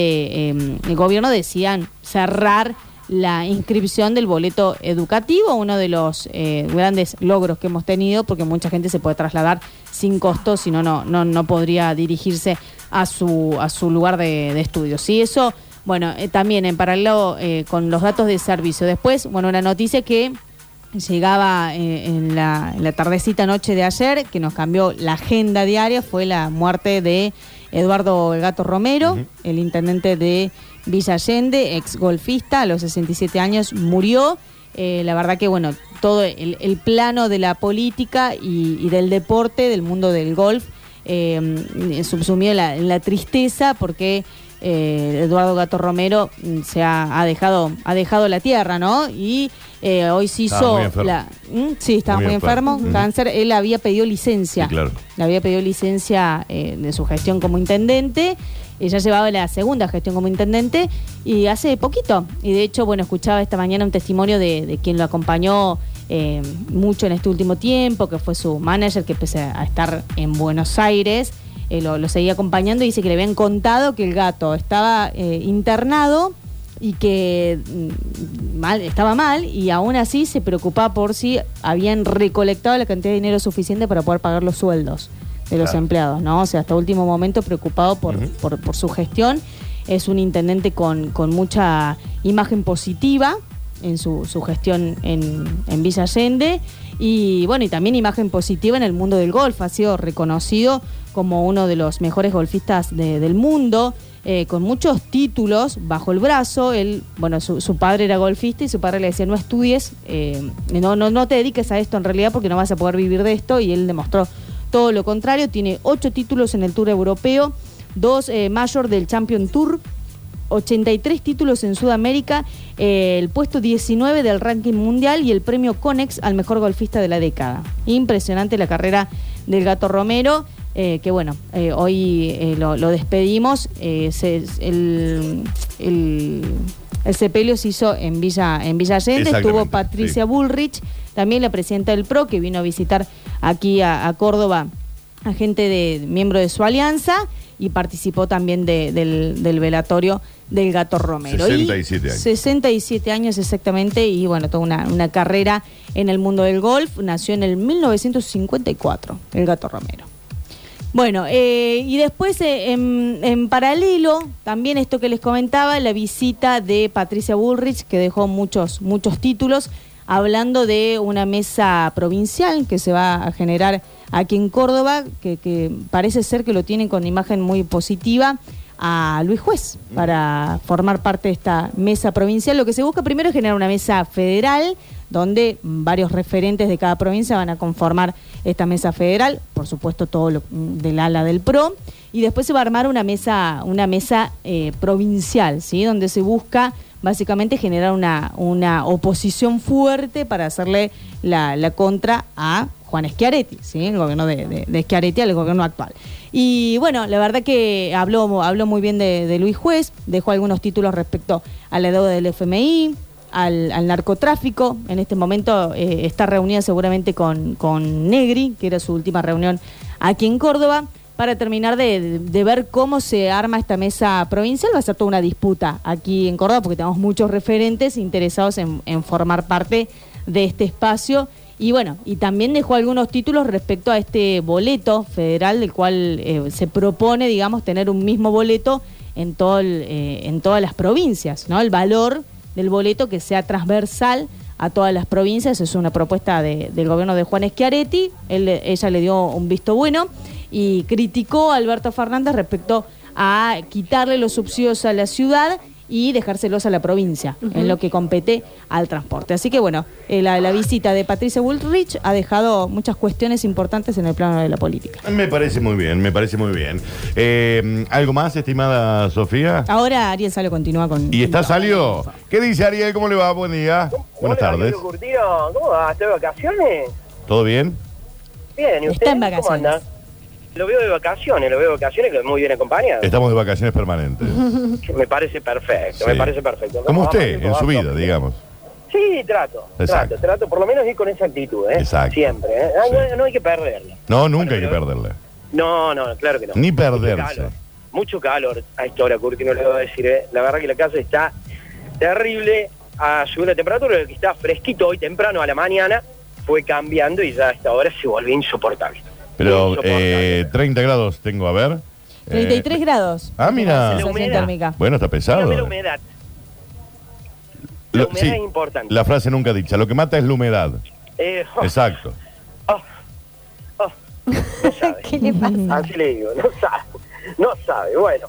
eh, el gobierno decidan cerrar la inscripción del boleto educativo, uno de los eh, grandes logros que hemos tenido, porque mucha gente se puede trasladar sin costo, si no, no, no, no podría dirigirse a su, a su lugar de, de estudio. Sí, eso bueno, eh, también en paralelo eh, con los datos de servicio. Después, bueno, una noticia que llegaba eh, en, la, en la tardecita noche de ayer, que nos cambió la agenda diaria, fue la muerte de Eduardo El Gato Romero, el intendente de Villa Allende, ex golfista, a los 67 años murió. Eh, la verdad que, bueno, todo el, el plano de la política y, y del deporte, del mundo del golf, eh, subsumió la, la tristeza porque eh, Eduardo Gato Romero mm, se ha, ha dejado ha dejado la tierra, ¿no? Y eh, hoy se Estaba hizo muy enfermo. la Mm, sí estaba muy, Muy enfermo, enfermo. Ujú. cáncer. Él había pedido licencia, Sí, claro. le había pedido licencia eh, de su gestión como intendente. Ella llevaba la segunda gestión como intendente y hace poquito. Y de hecho, bueno, escuchaba esta mañana un testimonio de, de quien lo acompañó eh, mucho en este último tiempo, que fue su manager, que pese a estar en Buenos Aires, eh, lo, lo seguía acompañando y dice que le habían contado que el gato estaba eh, internado y que mm, mal, estaba mal y aún así se preocupaba por si habían recolectado la cantidad de dinero suficiente para poder pagar los sueldos de los Claro. empleados, ¿no? O sea, hasta último momento preocupado por, por- por su gestión. Es un intendente con, con mucha imagen positiva en su, su gestión en, en Villa Allende y bueno, y también imagen positiva en el mundo del golf. Ha sido reconocido como uno de los mejores golfistas de- del mundo, eh, con muchos títulos bajo el brazo. Él, bueno, su, su padre era golfista y su padre le decía, no estudies, eh, no, no, no te dediques a esto en realidad porque no vas a poder vivir de esto. Y él demostró todo lo contrario. Tiene ocho títulos en el Tour Europeo, dos eh, mayor del Champion Tour, 83 títulos en Sudamérica, eh, el puesto 19 del ranking mundial y el premio Conex al mejor golfista de la década. Impresionante la carrera del Gato Romero, eh, que bueno, eh, hoy eh, lo, lo despedimos. eh, se- el, el- el sepelio se hizo en Villa, en Villa Allende, estuvo Exactamente, Patricia Bullrich, también la presidenta del PRO, que vino a visitar aquí a- a Córdoba agente de miembro de su alianza y participó también de- del, del velatorio del gato Romero. 67 Y años. 67 años exactamente y bueno, toda una, una carrera en el mundo del golf. Nació en el 1954 el gato Romero. Bueno, eh, y después eh, en, en paralelo, también esto que les comentaba, la visita de Patricia Bullrich, que dejó muchos, muchos títulos, hablando de una mesa provincial que se va a generar aquí en Córdoba, que, que parece ser que lo tienen con imagen muy positiva, a Luis Juez para formar parte de esta mesa provincial. Lo que se busca primero es generar una mesa federal donde varios referentes de cada provincia van a conformar esta mesa federal, por supuesto todo lo, mm, del ala del PRO, y después se va a armar una mesa, una mesa eh, provincial, ¿sí? donde se busca básicamente generar una, una oposición fuerte para hacerle la, la contra a Juan Schiaretti, ¿sí? el gobierno de, de, de Schiaretti al gobierno actual. Y bueno, la verdad que habló, habló muy bien de, de Luis Juez, dejó algunos títulos respecto a la deuda del FMI, al, al, narcotráfico. En este momento eh, está reunida seguramente con, con, Negri, que era su última reunión aquí en Córdoba, para terminar de, de, ver cómo se arma esta mesa provincial. Va a ser toda una disputa aquí en Córdoba, porque tenemos muchos referentes interesados en, en formar parte de este espacio. Y bueno, y también dejó algunos títulos respecto a este boleto federal, del cual eh, se propone, digamos, tener un mismo boleto en, todo el, eh, en todas las provincias, ¿no? El valor del boleto que sea transversal a todas las provincias. Es una propuesta de, del gobierno de Juan Schiaretti. Él, ella le dio un visto bueno y criticó a Alberto Fernández respecto a quitarle los subsidios a la ciudad y dejárselos a la provincia, uh -huh. en lo que compete al transporte. Así que bueno, eh, la, la, visita de Patricia Bullrich ha dejado muchas cuestiones importantes en el plano de la política. Me parece muy bien, me parece muy bien. Eh, ¿Algo más, estimada Sofía? Ahora Ariel Salio continúa con... ¿Y está Salio? ¿Qué dice Ariel? ¿Cómo le va? Buen día. Hola, Buenas tardes. Curtino. ¿Cómo va? Ah, ¿Está de vacaciones? ¿Todo bien? Bien, ¿y usted? Está en vacaciones. ¿Cómo anda? Lo veo de vacaciones, lo veo de vacaciones, que muy bien acompañado. Estamos de vacaciones permanentes. me parece perfecto, Sí. me parece perfecto. Como Vamos usted, abajo, en su vamos vida, abajo. digamos. Sí, trato, Exacto. trato, trato, por lo menos ir con esa actitud, ¿eh? Exacto. Siempre, ¿eh? Ah, no, no hay que perderla. No, nunca hay que perderle. No, no, claro que no. Ni Mucho perderse. calor, mucho calor a esta hora, Curti, no le voy a decir, ¿eh? La verdad que la casa está terrible a subir la temperatura, lo que está fresquito hoy temprano a la mañana fue cambiando y ya a esta hora se volvió insoportable. Pero eh, 30 grados tengo, a ver. Eh, 33 grados. Ah, mira. Sensación La humedad. térmica. Bueno, está pesado. Mírame la humedad. La Lo- humedad sí, es importante. la frase nunca dicha, lo que mata es la humedad. Eh, Exacto. ¿Qué le pasa? Así le digo, no sabe, no sabe. Bueno,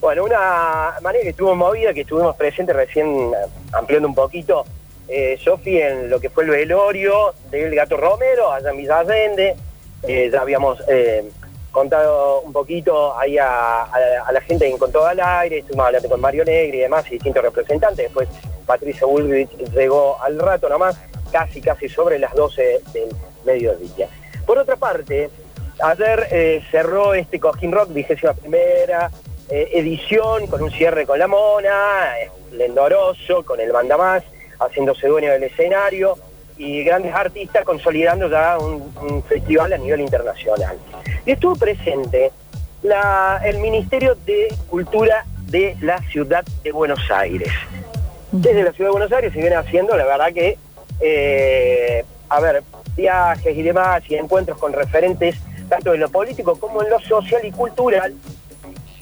bueno, una manera que estuvo movida, que estuvimos presentes recién eh, ampliando un poquito, eh, Sofi, en lo que fue el velorio del Gato Romero, allá en Villa Allende, Eh, ya habíamos eh, contado un poquito ahí a, a- a la gente que encontró al aire, estuvimos hablando con Mario Negri y demás, y distintos representantes, después Patricia Bullrich llegó al rato nomás, casi casi sobre las 12 del mediodía. Por otra parte, Ayer eh, cerró este Cojín Rock, vigésima primera eh, edición, con un cierre con la mona, esplendoroso, con el banda más, haciéndose dueño del escenario y grandes artistas consolidando ya un, un festival a nivel internacional. Y estuvo presente la- el Ministerio de Cultura de la Ciudad de Buenos Aires. Desde la Ciudad de Buenos Aires se viene haciendo, la verdad que, eh, a ver, viajes y demás y encuentros con referentes tanto en lo político como en lo social y cultural,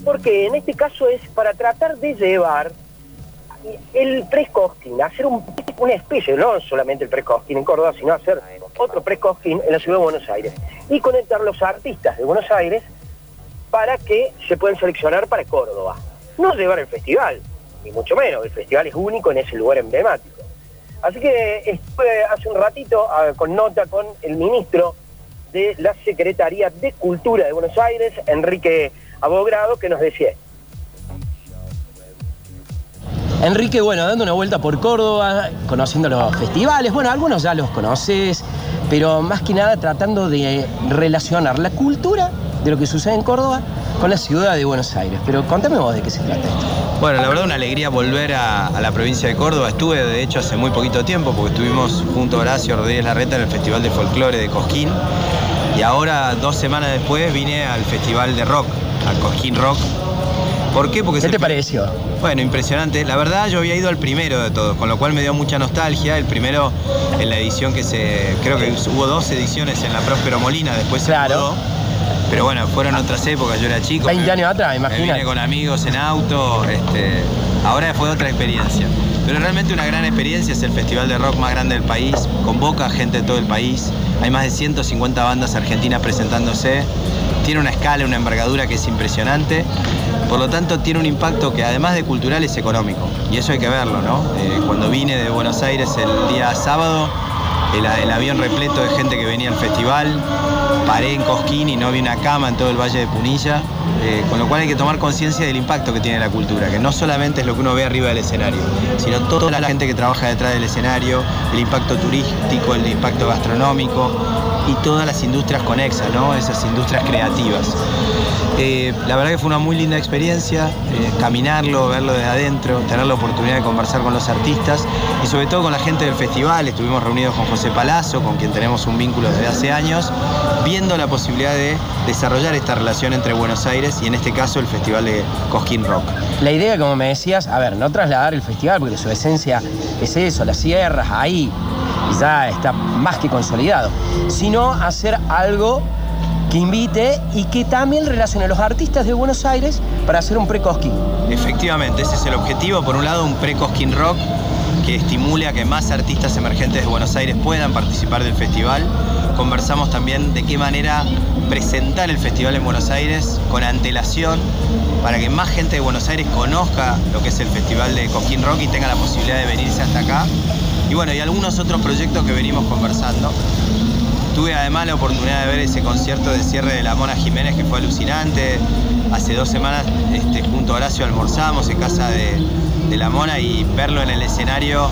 porque en este caso es para tratar de llevar el pre-cosquín, hacer un- una especie, no solamente el pre-cosquín en Córdoba, sino hacer otro pre-cosquín en la ciudad de Buenos Aires y conectar los artistas de Buenos Aires para que se puedan seleccionar para Córdoba. No llevar el festival, ni mucho menos, el festival es único en ese lugar emblemático. Así que estuve hace un ratito ah, con nota con el ministro de la Secretaría de Cultura de Buenos Aires, Enrique Abogrado, que nos decía, Enrique, bueno, dando una vuelta por Córdoba, conociendo los festivales, bueno, algunos ya los conoces, pero más que nada tratando de relacionar la cultura de lo que sucede en Córdoba con la ciudad de Buenos Aires. Pero contame vos de qué se trata esto. Bueno, la verdad una alegría volver a, a la provincia de Córdoba. Estuve, de hecho, hace muy poquito tiempo, porque estuvimos junto a Horacio Rodríguez Larreta en el Festival de Folclore de Cosquín. Y ahora, dos semanas después, vine al Festival de Rock, al Cosquín Rock. ¿Por qué? Porque ¿Qué te pareció? Bueno, impresionante. La verdad yo había ido al primero de todos, con lo cual me dio mucha nostalgia. El primero en la edición que se... Creo que hubo dos ediciones en la Próspero Molina, después se mudó. Pero bueno, fueron otras épocas, yo era chico. 20 años atrás, Me imagínate. vine con amigos en auto, este, Ahora fue otra experiencia. Pero realmente una gran experiencia es el festival de rock más grande del país. Convoca a gente de todo el país. Hay más de 150 bandas argentinas presentándose. Tiene una escala, una envergadura que es impresionante. Por lo tanto, tiene un impacto que además de cultural es económico. Y eso hay que verlo, ¿no? Eh, cuando vine de Buenos Aires el día sábado, el, el avión repleto de gente que venía al festival. Paré en Cosquín y no vi una cama en todo el Valle de Punilla. Eh, con lo cual hay que tomar conciencia del impacto que tiene la cultura, que no solamente es lo que uno ve arriba del escenario, sino toda la gente que trabaja detrás del escenario, el impacto turístico, el impacto gastronómico y todas las industrias conexas, ¿no? esas industrias creativas. Eh, la verdad que fue una muy linda experiencia, eh, caminarlo, verlo desde adentro, tener la oportunidad de conversar con los artistas y sobre todo con la gente del festival. Estuvimos reunidos con José Palazzo, con quien tenemos un vínculo desde hace años, viendo la posibilidad de desarrollar esta relación entre Buenos Aires y en este caso el Festival de Cosquín Rock. La idea, como me decías, a ver, no trasladar el festival, porque su esencia es eso, las sierras, ahí ya está más que consolidado, sino hacer algo que invite y que también relacione a los artistas de Buenos Aires para hacer un pre-Cosquín. Efectivamente, ese es el objetivo. Por un lado, un pre-Cosquín Rock que estimule a que más artistas emergentes de Buenos Aires puedan participar del festival. Conversamos también de qué manera presentar el festival en Buenos Aires con antelación para que más gente de Buenos Aires conozca lo que es el festival de Cosquín Rock y tenga la posibilidad de venirse hasta acá. Y bueno, y algunos otros proyectos que venimos conversando. Tuve además la oportunidad de ver ese concierto de cierre de la Mona Jiménez que fue alucinante. Hace dos semanas este, junto a Horacio almorzamos en casa de, de la Mona y verlo en el escenario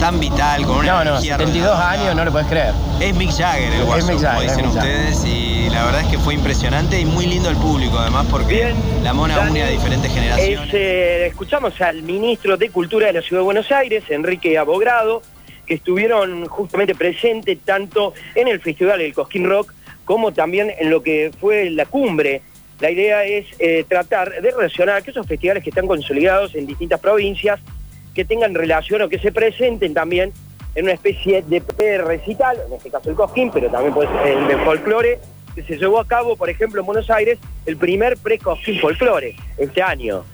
tan vital, con una No, no, energía 72 renovada. años no lo puedes creer. Es Mick Jagger el Es guaso, Mick como Jagger, es dicen Mick Jagger. ustedes, y la verdad es que fue impresionante y muy lindo el público además porque la Mona Dani, une a diferentes generaciones. Es, eh, escuchamos al ministro de Cultura de la Ciudad de Buenos Aires, Enrique Abogrado, que estuvieron justamente presentes tanto en el Festival del Cosquín Rock como también en lo que fue la cumbre. La idea es eh, tratar de relacionar aquellos festivales que están consolidados en distintas provincias, que tengan relación o que se presenten también en una especie de recital, en este caso el Cosquín, pero también puede ser el de folclore, que se llevó a cabo, por ejemplo, en Buenos Aires, el primer pre-Cosquín folclore este año.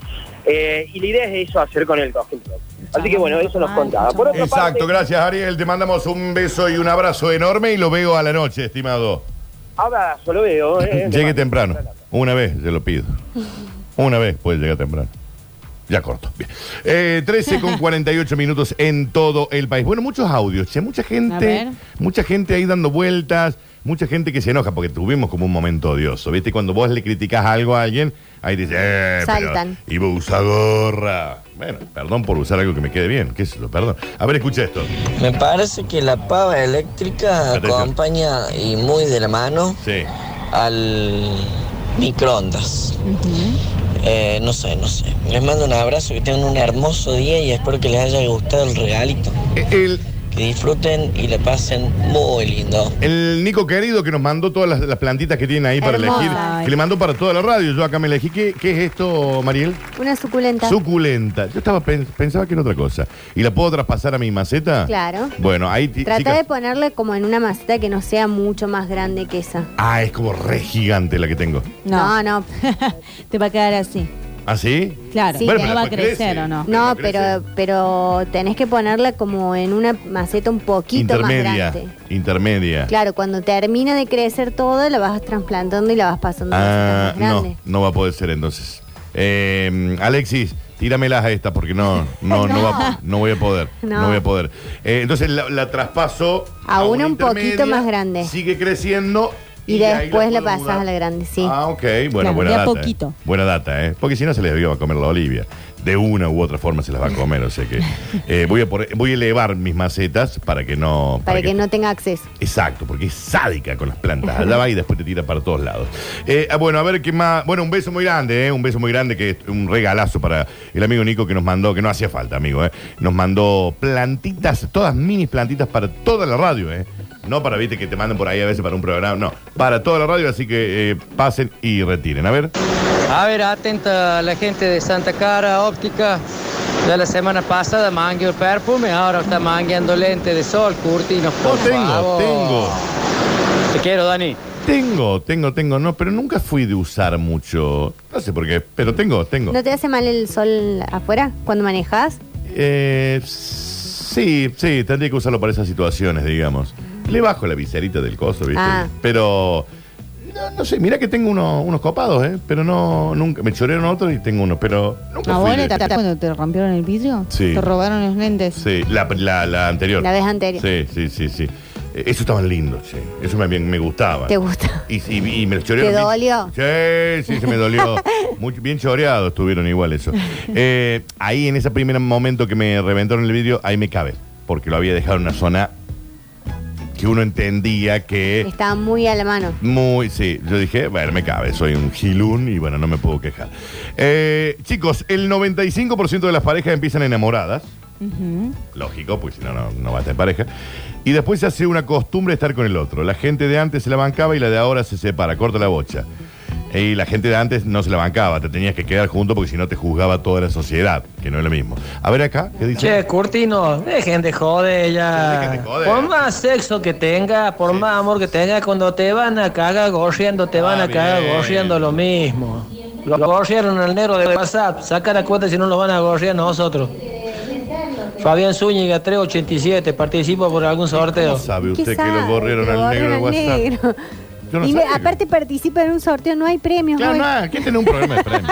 Eh, y la idea es eso, hacer con el Cosquín Rock. Así que bueno, eso nos Ah, contaba. Por otra parte, Exacto, gracias Ariel. Te mandamos un beso y un abrazo enorme y lo veo a la noche, estimado. abrazo, lo veo. eh, Llegue temprano. Una vez, se lo pido. Una vez puede llegar temprano. Ya corto. Bien. Eh, 13 con 48 minutos en todo el país. Bueno, muchos audios, che, mucha A gente, ver. mucha gente ahí dando vueltas, mucha gente que se enoja porque tuvimos como un momento odioso, ¿viste? Cuando vos le criticas algo a alguien, ahí dice, eh, pero- Saltan. y vos usa gorra. Bueno, perdón por usar algo que me quede bien, qué es eso, perdón. A ver, escucha esto. Me parece que la pava eléctrica Atención. acompaña y muy de la mano Sí. al microondas. Eh, no sé, no sé. Les mando un abrazo, que tengan un hermoso día y espero que les haya gustado el regalito. Que disfruten y la pasen muy lindo. El Nico querido que nos mandó todas las, las plantitas que tienen ahí para Hermosa. elegir, que le mandó para toda la radio. Yo acá me elegí. ¿Qué, qué es esto, Mariel? Una suculenta. Suculenta. Yo estaba pen- pensaba que era otra cosa. ¿Y la puedo traspasar a mi maceta? Claro. Bueno, ahí ti- Trata chicas- de ponerle como en una maceta que no sea mucho más grande que esa. Ah, es como re gigante la que tengo. No, no. Te va a quedar así. ¿Ah, sí? Claro, Sí, no pero va a después crecer crece. o no. No, pero, pero tenés que ponerla como en una maceta un poquito Intermedia. Ah. más grande. Intermedia. Claro, cuando termina de crecer todo, la vas trasplantando y la vas pasando a Ah, macetas más no, grande. no va a poder ser entonces. Eh, Alexis, tíramelas a esta porque no, no, no. No. va- no voy a poder. No, No. voy a poder. Eh, entonces la, la traspaso A una un poquito Ah, intermedia, más grande. Sigue creciendo. Y, ahí después la puedo pasas mudar. a la grande, sí. Ah, ok, bueno, Claro, buena de a data. eh. poquito. Buena data, ¿eh? Porque si no se les iba a comer la Olivia. De una u otra forma se las va a comer, o sea que eh, voy, a por- voy a elevar mis macetas para que no... para que no tenga acceso. Exacto, porque es sádica con las plantas. Allá va y después te tira para todos lados. Eh, ah, bueno, a ver qué más. Bueno, un beso muy grande, ¿eh? Un beso muy grande, que es un regalazo para el amigo Nico que nos mandó, que no hacía falta, amigo, ¿eh? Nos mandó plantitas, todas mini plantitas para toda la radio, ¿eh? No para, viste, que te manden por ahí a veces para un programa, no. Para toda la radio, así que eh, pasen y retiren. A ver. A ver, atenta a la gente de Santa Cara Óptica. Ya la semana pasada mangueó el perfume, ahora está mangueando lente de sol, curtinos, por tengo, favor. tengo. Te quiero, Dani. Tengo, tengo, tengo, no, pero nunca fui de usar mucho. No sé por qué, pero tengo, tengo. ¿No te hace mal el sol afuera cuando manejas? Eh, sí, sí, tendría que usarlo para esas situaciones, digamos. Le bajo la viserita del coso, ¿viste? Ah. Pero. No, no sé, mirá que tengo uno- unos copados, ¿eh? Pero no, nunca. Me chorearon otros y tengo unos, pero nunca ¿A fui vos de- le tapó cuando Ah, te rompieron el vidrio? Sí. ¿Te robaron los lentes? Sí, la, la- la anterior. La vez anterior. Sí, sí, sí, sí. Eh, Eso estaban lindos, sí. Eso me, me gustaba. ¿Te gusta? Y, y- y me los ¿Te chorearon. bien- dolió? Sí, sí, se me dolió. Muy bien choreados estuvieron igual eso. Eh, ahí en ese primer momento que me reventaron el vidrio, ahí me cabe. Porque lo había dejado en una zona que uno entendía que. Estaba muy a la mano. Muy, sí. Yo dije, bueno, me cabe, soy un gilún y bueno, no me puedo quejar. Eh, chicos, el 95% de las parejas empiezan enamoradas. Ujú. Lógico, porque si no, no, no va a estar en pareja. Y después se hace una costumbre estar con el otro. La gente de antes se la bancaba y la de ahora se separa, corta la bocha. Y la gente de antes no se la bancaba, te tenías que quedar junto porque si no te juzgaba toda la sociedad, que no es lo mismo. A ver acá, ¿qué dice? Che, Curtino, dejen de joder ya. Por más sexo que tenga, por más amor que tenga, cuando te van a cagar gorreando, te van a cagar Ah, bien. gorreando lo mismo. Lo gorrearon al negro de WhatsApp, saca la cuenta si no lo van a gorrear nosotros. Fabián Zúñiga, 387, participo por algún sorteo. ¿Sabe ¿Qué usted que sabe? lo borraron Lo al negro de borraron al negro. WhatsApp? Yo no y sabía me- aparte participa en un sorteo, no hay premios. Claro, hoy. no, aquí tiene un problema de premio.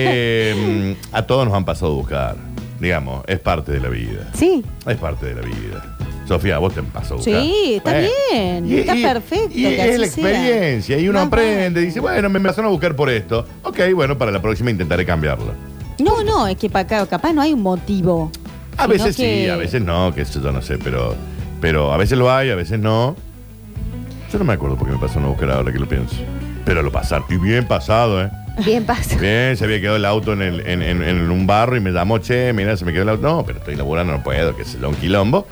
Eh, mm, a todos nos han pasado a buscar. Digamos, es parte de la vida. Sí. Es parte de la vida. Sofía, a vos te pasó a buscar. Sí, está Eh, bien. y- está y- perfecto. Y que es la así sea. experiencia. Y uno aprende, dice, bueno, me empezaron a buscar por esto. Ok, bueno, para la próxima intentaré cambiarlo. No, no, es que para acá capaz no hay un motivo. A Sino veces que- sí, a veces no, que eso yo no sé, pero, pero a veces lo hay, a veces no. Yo no me acuerdo por qué me pasó a no buscar ahora que lo pienso. Pero lo pasaron. Y bien pasado, ¿eh? Bien pasa. Bien, se había quedado el auto en, el- en- en- en un barro y me llamó, che, mira, se me quedó el auto. No, pero estoy laburando, no puedo, que es un quilombo.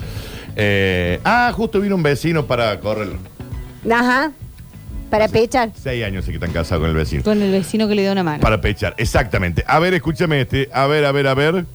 Eh, ah, justo vino un vecino para correr. Ajá. Para pechar. Seis años sé que están casados con el vecino. Con el vecino que le dio una mano. Para pechar, exactamente. A ver, escúchame este. A ver, a ver, a ver.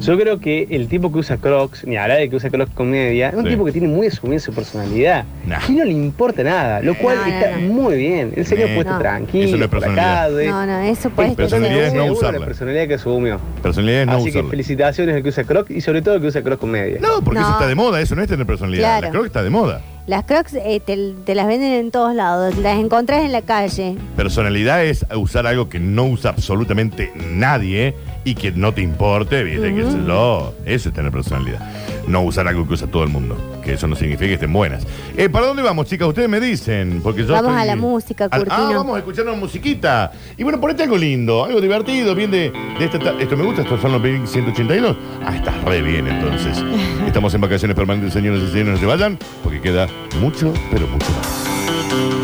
Yo creo que el tipo que usa Crocs, ni hablar de que usa Crocs con media, es un Sí. tipo que tiene muy asumida su personalidad. Nah. Y no le importa nada, lo cual No, no, está no. muy bien. Él se Nah. puesto No. tranquilo, Eso Eh, no es por acá, personalidad. de- No, no, eso puede Pero ser. Personalidad es no Seguro usarla. La personalidad que asumió. Personalidad es no Así que usarla. felicitaciones al que usa Crocs y sobre todo al que usa Crocs con media. No, porque No. eso está de moda, eso no es tener personalidad. Claro. Creo que está de moda. Las crocs eh, te, te las venden en todos lados. Las encontrás en la calle. Personalidad es usar algo que no usa absolutamente nadie y que no te importe, ¿viste? Que es lo- eso es tener personalidad. No usar algo que usa todo el mundo, que eso no significa que estén buenas. Eh, ¿Para dónde vamos, chicas? Ustedes me dicen, porque yo Vamos estoy- a la música, Al- Ah, Curtino. vamos a escuchar una musiquita. Y bueno, ponete algo lindo, algo divertido, bien de, de esta ta- Esto me gusta, estos son los Blink 182. Ah, estás re bien entonces. Estamos en vacaciones permanentes, señores y señores, no se vayan, porque queda mucho, pero mucho más.